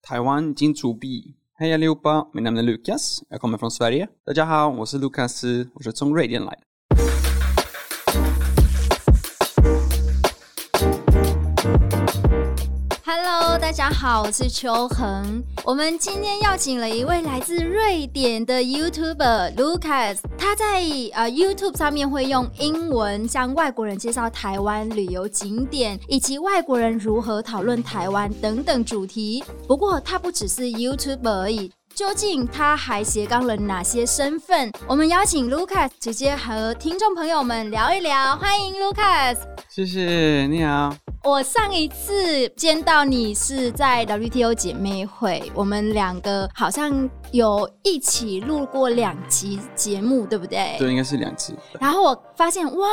Taiwan Jinzubi. Hej allihopa, mitt namn är Lukas. Jag kommer från Sverige. Dajaha, jag är Lukas, och jag är Radian Light. 大家好，我是秋恒。我们今天邀请了一位来自瑞典的 YouTuber Lucas，他在呃 YouTube 上面会用英文向外国人介绍台湾旅游景点，以及外国人如何讨论台湾等等主题。不过他不只是 YouTuber 而已，究竟他还斜杠了哪些身份？我们邀请 Lucas 直接和听众朋友们聊一聊，欢迎 Lucas。谢谢，你好。我上一次见到你是在 WTO 姐妹会，我们两个好像有一起录过两集节目，对不对？对，应该是两次。然后我发现，哇，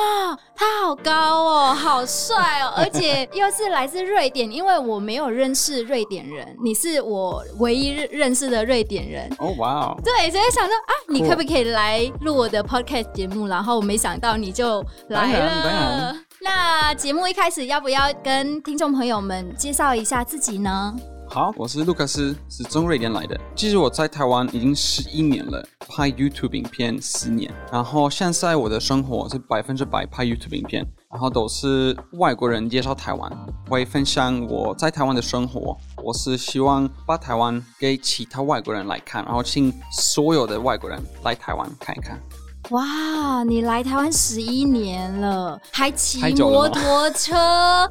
他好高哦，好帅哦，而且又是来自瑞典，因为我没有认识瑞典人，你是我唯一认识的瑞典人。哦，哇哦！对，所以想说啊，你可不可以来录我的 podcast 节目？然后没想到你就来当然当了然。那节目一开始要不要跟听众朋友们介绍一下自己呢？好，我是卢克斯，是中瑞典来的。其实我在台湾已经十一年了，拍 YouTube 影片十年，然后现在我的生活是百分之百拍 YouTube 影片，然后都是外国人介绍台湾，会分享我在台湾的生活。我是希望把台湾给其他外国人来看，然后请所有的外国人来台湾看一看。哇，你来台湾十一年了，还骑太久了摩吗托车？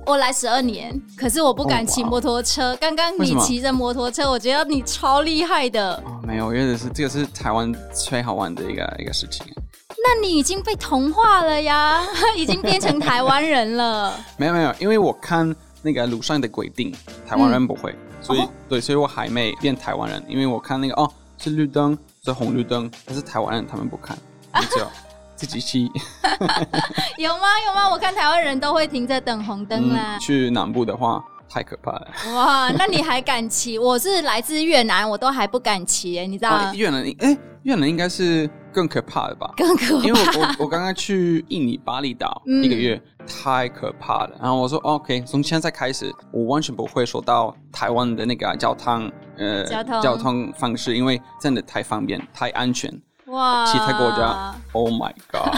我来十二年，可是我不敢哦骑哇哦摩托车。刚刚为什你么骑着摩托车，我觉得你超厉害的。哦，没有，因为是这个是台湾最好玩的一个一个事情。那你已经被同化了呀， 已经变成台湾人了。没有没有，因为我看那个路上的规定，台湾人不会，所以、哦对，所以我还没变台湾人，因为我看那个哦是绿灯，是红绿灯，但是台湾人他们不看，你只有自己去、有吗？有吗？我看台湾人都会停着等红灯 啦嗯、。去南部的话太可怕了。哇，那你还敢骑？我是来自越南，我都还不敢骑耶，你知道啊，吗？越南哎越南应该是更可怕的吧？更可 因为我我我刚刚去印尼巴厘岛嗯一个月，太可怕了。然后我说哦 OK，从现在开始，我完全不会说到台湾的那个啊交通呃交通方式，因为真的太方便、太安全。哇！其他国家。Oh my god！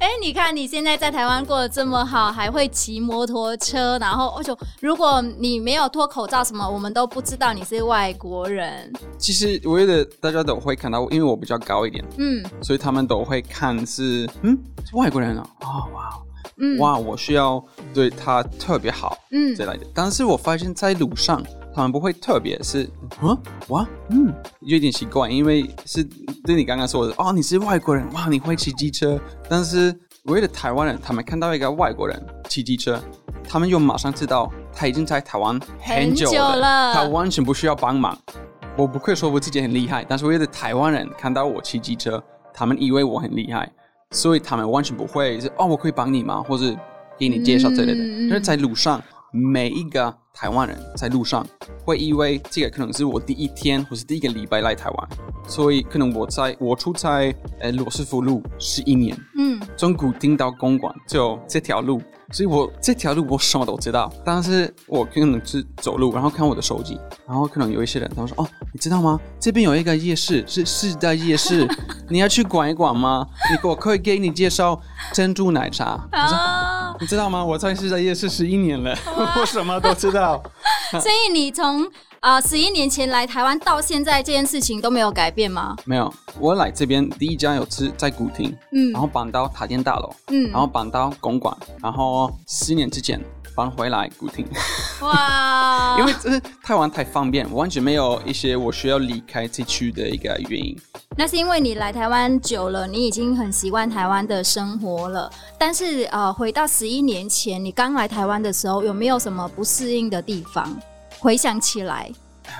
哎、你看你现在在台湾过得这么好，还会骑摩托车，然后而且如果你没有脱口罩什么，我们都不知道你是外国人。其实我觉得大家都会看到，因为我比较高一点，嗯所以他们都会看是嗯是外国人啊、哦，哇嗯哇，我需要对他特别好。嗯之类的。但是我发现，在路上他们不会特别是啊哇嗯，有点奇怪，因为是对你刚刚说的哦，你是外国人哇，你会骑机车，但是我觉得台湾人他们看到一个外国人骑机车，他们就马上知道他已经在台湾很久很久了他完全不需要帮忙。我不会说我自己很厉害，但是我觉得台湾人看到我骑机车，他们以为我很厉害，所以他们完全不会是哦，我可以帮你吗？或者给你介绍之类的。嗯嗯因为在路上，每一个台湾人在路上会以为这个可能是我第一天或是第一个礼拜来台湾，所以可能我在我出差呃罗斯福路十一年，嗯，中古町到公馆就这条路，所以我这条路我什么都知道，但是我可能是走路，然后看我的手机，然后可能有一些人他们说哦，你知道吗？这边有一个夜市是世代夜 市，你要去逛一逛吗？你我可以给你介绍珍珠奶茶。我说啊，你知道吗？我在世代夜市十一年了，我什么都知道。所以你从啊十一年前来台湾到现在，这件事情都没有改变吗？没有，我来这边第一家有吃在古亭，嗯然后搬到塔店大楼，嗯然后搬到公馆，然后十年之前搬回来古亭。哇，因为这是台湾太方便，完全没有一些我需要离开这区的一个原因。那是因为你来台湾久了，你已经很习惯台湾的生活了。但是呃，回到十一年前，你刚来台湾的时候，有没有什么不适应的地方？回想起来，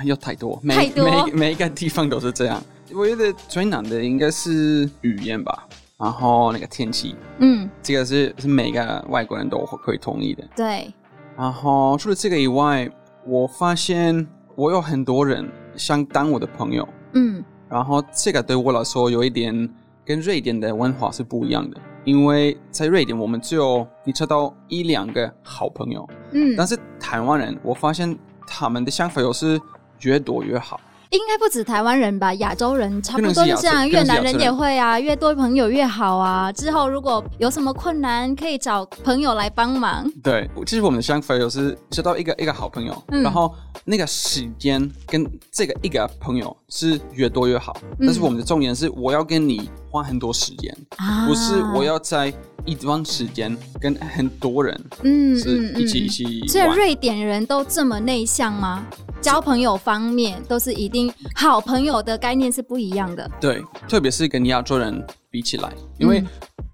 有太多，每太多每每一个地方都是这样。我觉得最难的应该是语言吧，然后那个天气，嗯，这个是是每个外国人都会会同意的。对，然后除了这个以外，我发现我有很多人想当我的朋友，嗯然后这个对我来说有一点跟瑞典的文化是不一样的，因为在瑞典我们只有你知道一两个好朋友，嗯但是台湾人，我发现他们的想法有是越多越好。应该不止台湾人吧，亚洲人差不可多能是就亚可能这样，越是亚南洲人人也会啊，越多朋友越好啊。之后如果有什么困难，可以找朋友来帮忙。对，其实我们的想法有是交到一个一个好朋友，嗯然后那个时间跟这个一个朋友是越多越好。嗯但是我们的重点是，我要跟你花很多时间，啊，不是我要在一段时间跟很多人嗯是一起一嗯起嗯所以玩。瑞典人都这么内向吗？交朋友方面都是一定好朋友的概念是不一样的。嗯对，特别是跟亚洲人比起来，因为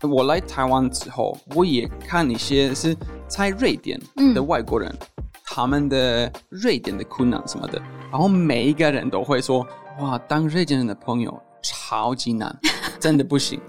我来台湾之后，我也看一些是在瑞典的外国人，他们的瑞典的困难什么的，然后每一个人都会说，哇，当瑞典人的朋友超级难，真的不行。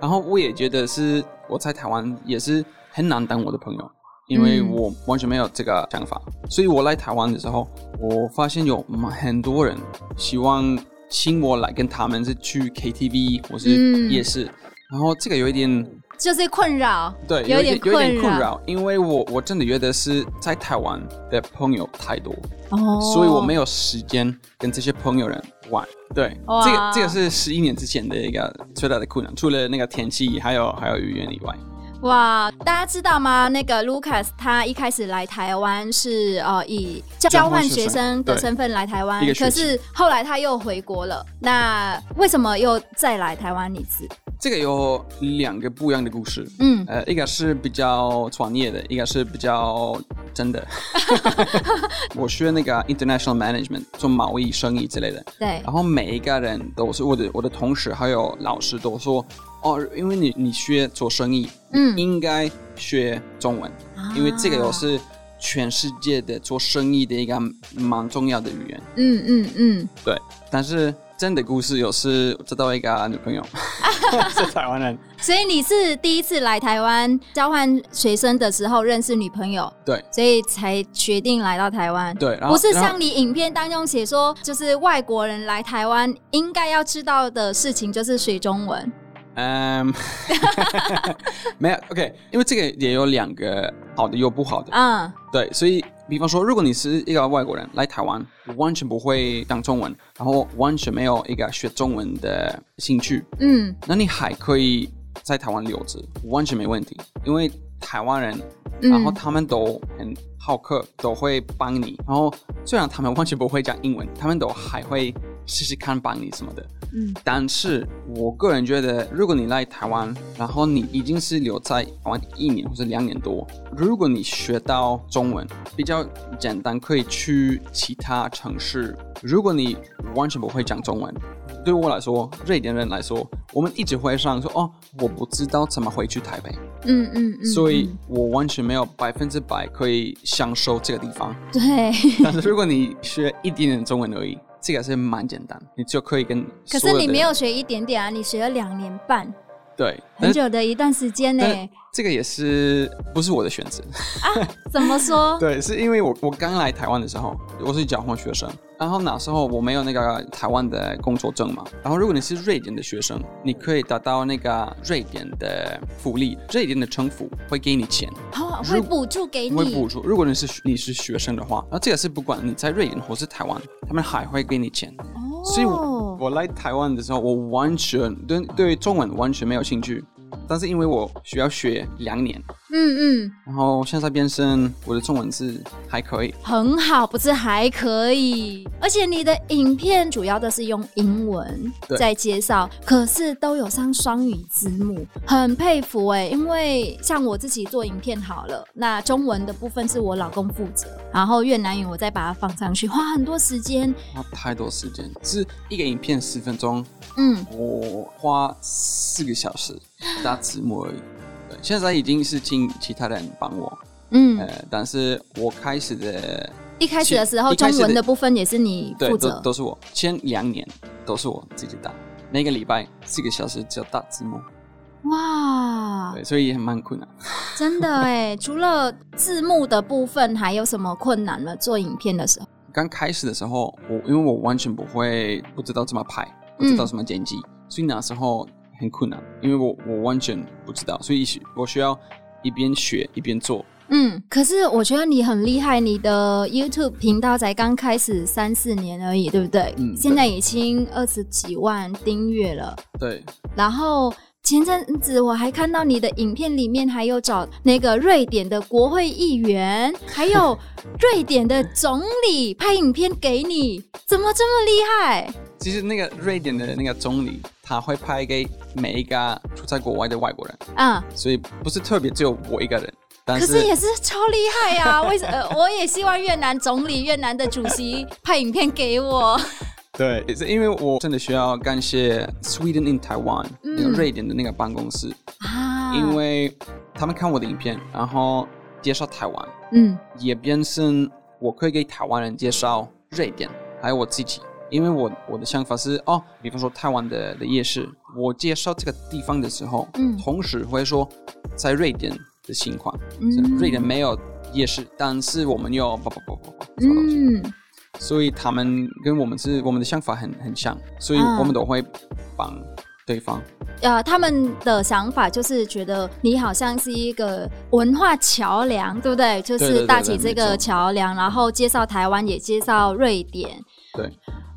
然后我也觉得是我在台湾也是很难当我的朋友。因为嗯我完全没有这个想法，所以我来台湾的时候，我发现有蛮很多人希望请我来跟他们是去 KTV 或是嗯夜市，然后这个有一点就是困扰，对，有有一点点有一点困困扰，因为我我真的觉得是在台湾的朋友太多，哦所以我没有时间跟这些朋友人玩。对，哇这个这个是十一年之前的一个最大的困难，除了那个天气还有还有语言以外，哇，大家知道吗？那个 Lucas 他一开始来台湾是呃以交交交换换学学生生的对身份来台湾一个，学可期是后来他又回国了。那为什么又再来台湾一次？这个有两个不一样的故事。嗯，呃，一个是比较专业的，一个是比较真的。 我学那个 international management，做贸易、生意之类的。对然，后每一个人都是我的我的同事还有老师都说，哦，因为你你学做生意，嗯应该学中文，因为这个也啊是全世界的做生意的一个蛮重要的语言。嗯嗯嗯，对，但是真的故事有是我知道一个女 朋友是台湾人，所以你是第一次来台湾交换学生的时候认识女朋友，对所以才决定来到台湾。 对，然后不是然后像你影片当中写说，就是外国人来台湾应该要知道的事情就是学中文。嗯， 没有 OK，因为这个也有两个好的，有不好的。嗯对，所以比方说，如果你是一个外国人来台湾，完全不会讲中文，然后完全没有一个学中文的兴趣，嗯那你还可以在台湾留着，完全没问题，因为台湾人，嗯，然后他们都很好客，都会帮你。然后虽然他们完全不会讲英文，他们都还会试试看帮你什么的。嗯但是我个人觉得，如果你来台湾，然后你已经是留在台湾一年或者两年多，如果你学到中文比较简单，可以去其他城市。如果你完全不会讲中文，对我来说，瑞典人来说，我们一直会上说哦，我不知道怎么回去台北，嗯嗯嗯，所以我完全没有百分之百可以享受这个地方。嗯对。但是如果你学一点点中文而已，这个是蛮简单，你就可以跟所可是有你的哎没有学一点点啊，你学了两年半，对，但很是久的一段时间呢、但这个也是不是我的选择？怎么说？对，是因为我我刚来台湾的时候，我是交换学生，然后那时候我没有那个台湾的工作证嘛。然后如果你是瑞典的学生，你可以达到那个瑞典的福利，瑞典的政府会给你钱，哦会补助给会补你助。如果你是你是学生的话，那这个是不管你在瑞典或是台湾，他们还会给你钱。哦，所以我，我来台湾的时候，我完全对对中文完全没有兴趣，但是因为我需要学两年。嗯嗯，然后现在变身，我的中文字还可以。很好，不是还可以？而且你的影片主要的是用英文对在介绍，可是都有上双语字幕，很佩服哎、因为像我自己做影片好了，那中文的部分是我老公负责，然后越南语我再把它放上去，花很多时间。花太多时间，是一个影片十分钟，嗯，我花四个小 时打字幕而已。对，现在已经是请其他人帮我，嗯，呃，但是我开始的一开始的时候一开中始的文的部分也是你对负都责，都是我，前两年都是我自己打，每个礼拜四个小时只有打字幕，哇，对，所以也蛮困难。真的哎！除了字幕的部分，还有什么困难呢？做影片的时候，刚开始的时候，我因为我完全不会，不知道怎么拍，不嗯知道怎么剪辑，所以那时候很困难，因为我我完全不知道，所以需我需要一边学一边做，嗯，可是我觉得你很厉害，你的 YouTube 频道才刚开始三四年而已，对不对？嗯对现在已经二十几万订阅了，对，然后。前阵子我还看到你的影片里面还有找那个瑞典的国会议员，还有瑞典的总理拍影片给你，怎么这么厉害？其实那个瑞典的那个总理，他会拍给每一个住在国外的外国人，啊、所以不是特别只有我一个人。但可是是也是超厉害呀、 为什么、呃我也希望越南总理、越南的主席拍影片给我。对，也是因为我真的需要感谢 Sweden in Taiwan、嗯那个瑞典的那个办公室，啊，因为他们看我的影片，然后介绍台湾，嗯也变成我可以给台湾人介绍瑞典，还有我自己。因为我我的想法是哦，比方说台湾的的夜市，我介绍这个地方的时候，嗯同时会说在瑞典的情况，嗯瑞典没有夜市，但是我们有不不不不不什么东西，嗯所以他们跟我们是我们的想法很很像，所以啊我们都会帮对方。呃，他们的想法就是觉得你好像是一个文化桥梁，对不对？就对对是对搭对起这没个错桥梁，然后介绍台湾，也介绍瑞典。对，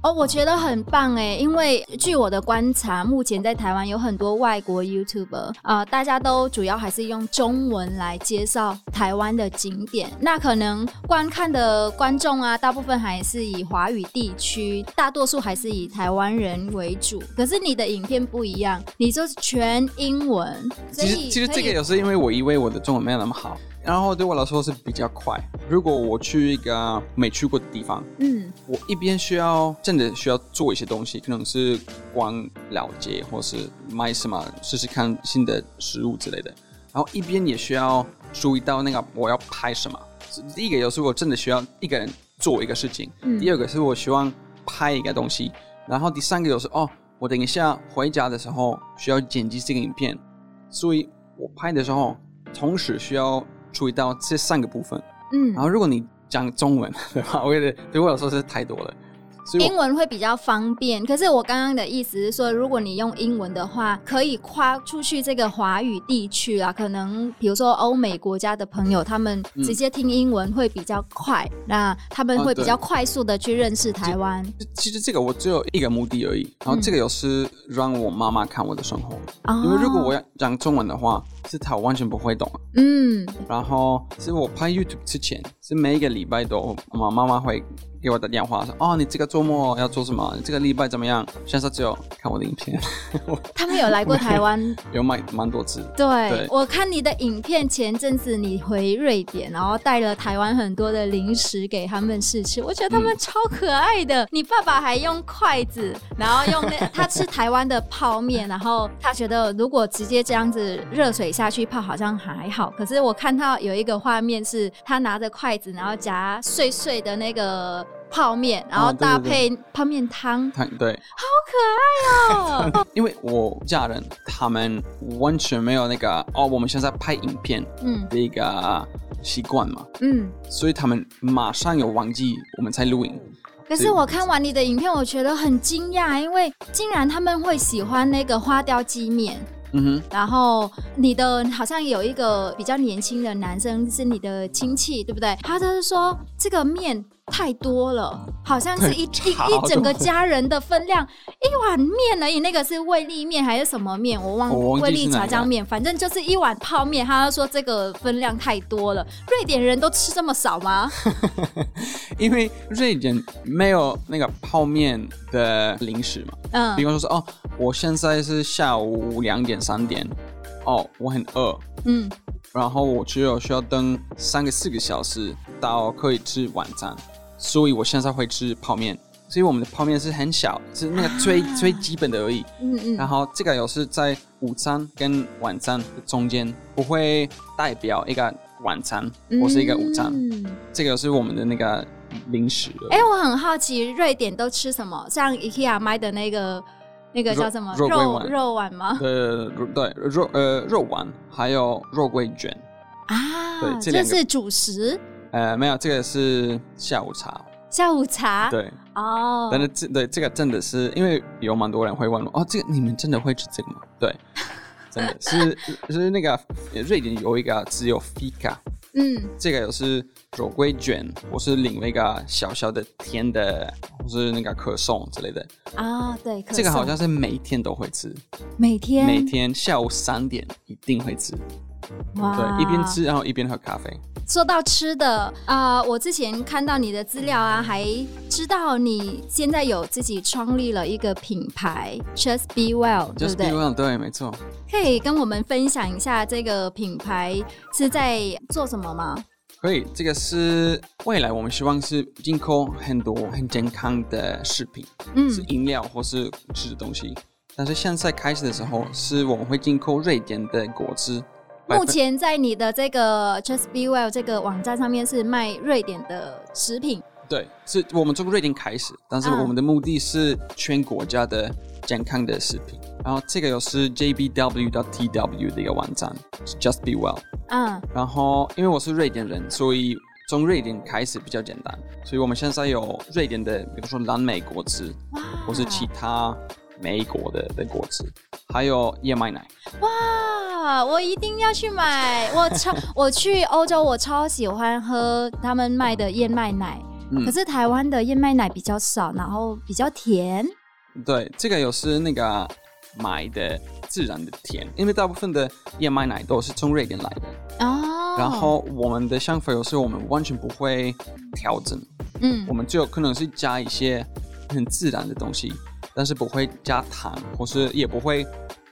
哦，我觉得很棒哎，因为据我的观察，目前在台湾有很多外国 YouTuber 啊、大家都主要还是用中文来介绍台湾的景点。那可能观看的观众啊，大部分还是以华语地区，大多数还是以台湾人为主。可是你的影片不一样，你就是全英文，所其以实其实可这个以也是因为我以为我的中文没有那么好，然后对我来说是比较快。如果我去一个没去过的地方，嗯我一边需要真的需要做一些东西，可能是光了解或是买什么试试看新的食物之类的，然后一边也需要注意到那个我要拍什么。第一个有时候我真的需要一个人做一个事情，嗯第二个是我希望拍一个东西，然后第三个有时候哦，我等一下回家的时候需要剪辑这个影片，所以我拍的时候同时需要注意到这三个部分。嗯然，后如果你讲中文的话，我觉得对我来说是太多了，所以英我文会比较方便，可是我刚刚的意思是说，如果你用英文的话，可以跨出去这个华语地区啊，可能比如说欧美国家的朋友，他们嗯直接听英文会比较快，那他们啊会比对较快速的去认识台湾。其实这个我只有一个目的而已。然后这个也是让我妈妈看我的生活，哦因为如果我要讲中文的话，是她完全不会懂。嗯然后是我拍 YouTube 之前，是每一个礼拜都，我妈妈会给我打电话说：“哦，你这个周末要做什么？你这个礼拜怎么样？”现在只有看我的影片，他们有来过台湾，有买蛮多次。对对我看你的影片，前阵子你回瑞典，然后带了台湾很多的零食给他们试吃，我觉得他嗯们超可爱的。你爸爸还用筷子，然后用那他吃台湾的泡面，然后他觉得如果直接这样子热水下去泡好像还好，可是我看到有一个画面是他拿着筷子，然后夹碎碎的那个。泡面，然后啊对对搭对配泡 面汤，看对，好可爱哦、因为我家人他们完全没有那个哦，我们现在拍影片，嗯的一个习惯嘛，嗯，所以他们马上有忘记我们在录影。可是我看完你的影片，我觉得很惊讶，因为竟然他们会喜欢那个花雕鸡面。嗯然后你的好像有一个比较年轻的男生是你的亲戚，对不对？他就是说这个面太多了，好像是一一超一整个多家人的分量，一碗面而已。那个是味力面还是什么面？我忘我忘记味力是哪炸一个酱面，反正就是一碗泡面。他就说这个分量太多了，瑞典人都吃这么少吗？哼，因为瑞典没有那个泡面的零食嘛，嗯比方说是哦，我现在是下午两点三点，哦，我很饿，嗯然后我只有需要等三个四个小时到可以吃晚餐，所以我现在会吃泡面。所以我们的泡面是很小，是那个最、啊最基本的而已。嗯嗯。然后这个有是在午餐跟晚餐的中间，不会代表一个晚餐或是一个午餐。嗯这个是我们的那个零食了。哎、我很好奇，瑞典都吃什么？像 IKEA 卖的那个那个叫什么肉肉桂肉丸肉丸吗？呃，肉对，肉呃肉丸还有肉桂卷，啊，对这这两个是主食，呃，没有，这个是下午茶。下午茶。对，啊哦，但是这对这个真的是，因为有蛮多人会问我，哦，这个你们真的会吃这个吗？对，真的是是那个呃瑞典有一个只有 fika，嗯，这个也是肉桂卷，或是另外一个小小的甜的，或是那个可颂之类的。啊，对，可这个好颂像是每天都会吃，每天每天下午三点一定会吃，哇，对，一边吃然后一边喝咖啡。说到吃的啊、呃我之前看到你的资料啊，还知道你现在有自己创立了一个品牌，Just Be Well，对 Just 不 be 对？ well，对，没错。可以跟我们分享一下这个品牌是在做什么吗？所以这个是未来我们希望是进口很多很健康的食品，嗯是饮料或是吃的东西。但是现在开始的时候，是我们会进口瑞典的果汁。百目分前在你的这个 Just Be Well 这个网站上面是卖瑞典的食品，对，是我们从瑞典开始，但是嗯我们的目的是全国家的健康的食品。然后这个又是 jbw.tw 的一个网站是，Just Be Well。嗯，然后因为我是瑞典人，所以从瑞典开始比较简单。所以我们现在有瑞典的，比如说蓝莓果汁，哇，或是其他美国的的果汁，还有燕麦奶。哇，我一定要去买。我超 我去欧洲，我超喜欢喝他们卖的燕麦奶。嗯可是台湾的燕麦奶比较少，然后比较甜。对，这个有是那个买的自然的甜，因为大部分的燕麦奶都是从瑞典来的。哦，然后我们的想法有时候我们完全不会调整，嗯我们就有可能是加一些很自然的东西，但是不会加糖，或是也不会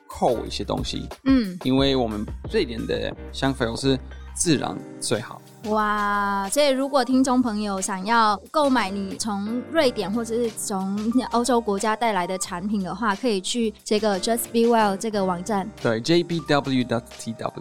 扣一些东西，嗯，因为我们瑞典的想法有是自然最好。哇！所以如果听众朋友想要购买你从瑞典或者是从欧洲国家带来的产品的话，可以去这个 Just Be Well 这个网站。对，jbw.tw，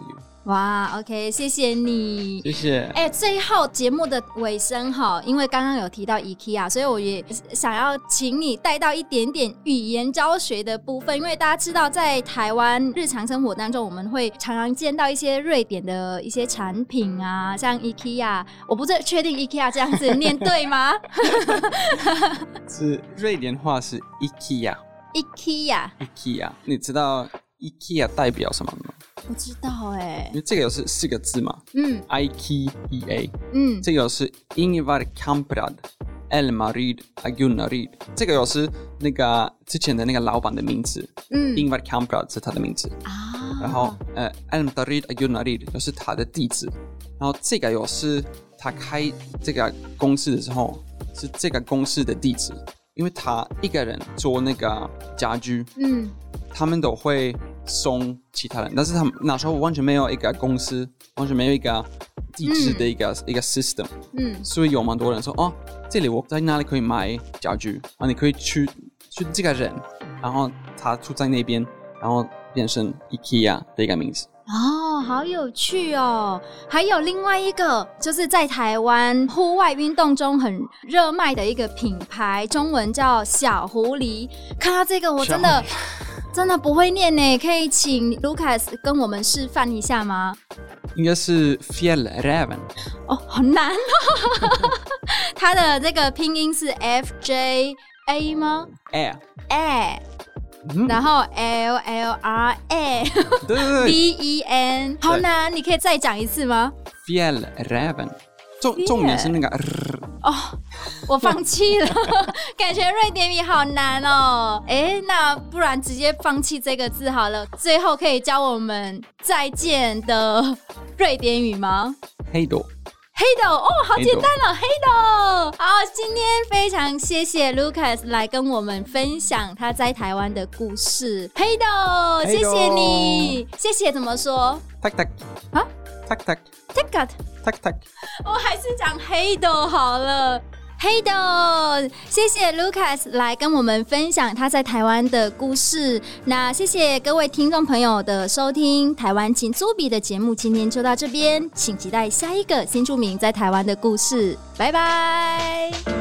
哇，OK，谢谢你。谢谢。哎、最后节目的尾声哈，因为刚刚有提到 IKEA，所以我也想要请你带到一点点语言教学的部分，因为大家知道在台湾日常生活当中，我们会常常见到一些瑞典的一些产品啊，像 IKEA，我不是确定 IKEA 这样 子念对吗是瑞典话是 IKEA。 ？IKEA IKEA，你知道 IKEA 代表什么吗？不知道哎、因为这个有是四个字嘛嗯，I K E A，嗯，这个有是 Ingvar Kamprad。Elmarid Agunarid，这个有是那个之前的那个老板的名字、嗯 i n g v a r Kamprad 是他的名字，啊，然后呃 Elmarid Agunarid 又是他的地址，然后这个有是他开这个公司的时候是这个公司的地址，因为他一个人做那个家居，嗯他们都会送其他人，但是他们那时候完全没有一个公司，完全没有一个地址的一个、一个 system，嗯所以有蛮多人说哦，这里我在哪里可以买家具啊？你可以去去这个人，然后他住在那边，然后变成 IKEA 的一个名字。哦，好有趣哦！还有另外一个，就是在台湾户外运动中很热卖的一个品牌，中文叫小狐狸。看到这个，我真的 真的不会念呢，可以请 Lucas 跟我们示范一下吗？应该是 Fjällräven，哦，好难哦！ 它的这个拼音是 F J A 吗哎， ？A，嗯然后 L L R A 对对 V 对 E N，好难！你可以再讲一次吗？ ，Fjällräven，重重点是那个 R，哦，我放弃了， 感觉瑞典语好难哦。哎，那不然直接放弃这个字好了。最后可以教我们再见的瑞典语吗？黑豆，黑豆哦，好简单哦，黑豆。好，今天非常谢谢 Lucas 来跟我们分享他在台湾的故事。黑豆，谢黑豆谢你，谢谢怎么说 tak tak，啊，tak tak t a k e t tak tak，我还是讲黑豆好了。黑豆，谢谢 Lucas 来跟我们分享他在台湾的故事。那谢谢各位听众朋友的收听，台湾请朱比的节目今天就到这边，请期待下一个新著名在台湾的故事。拜拜。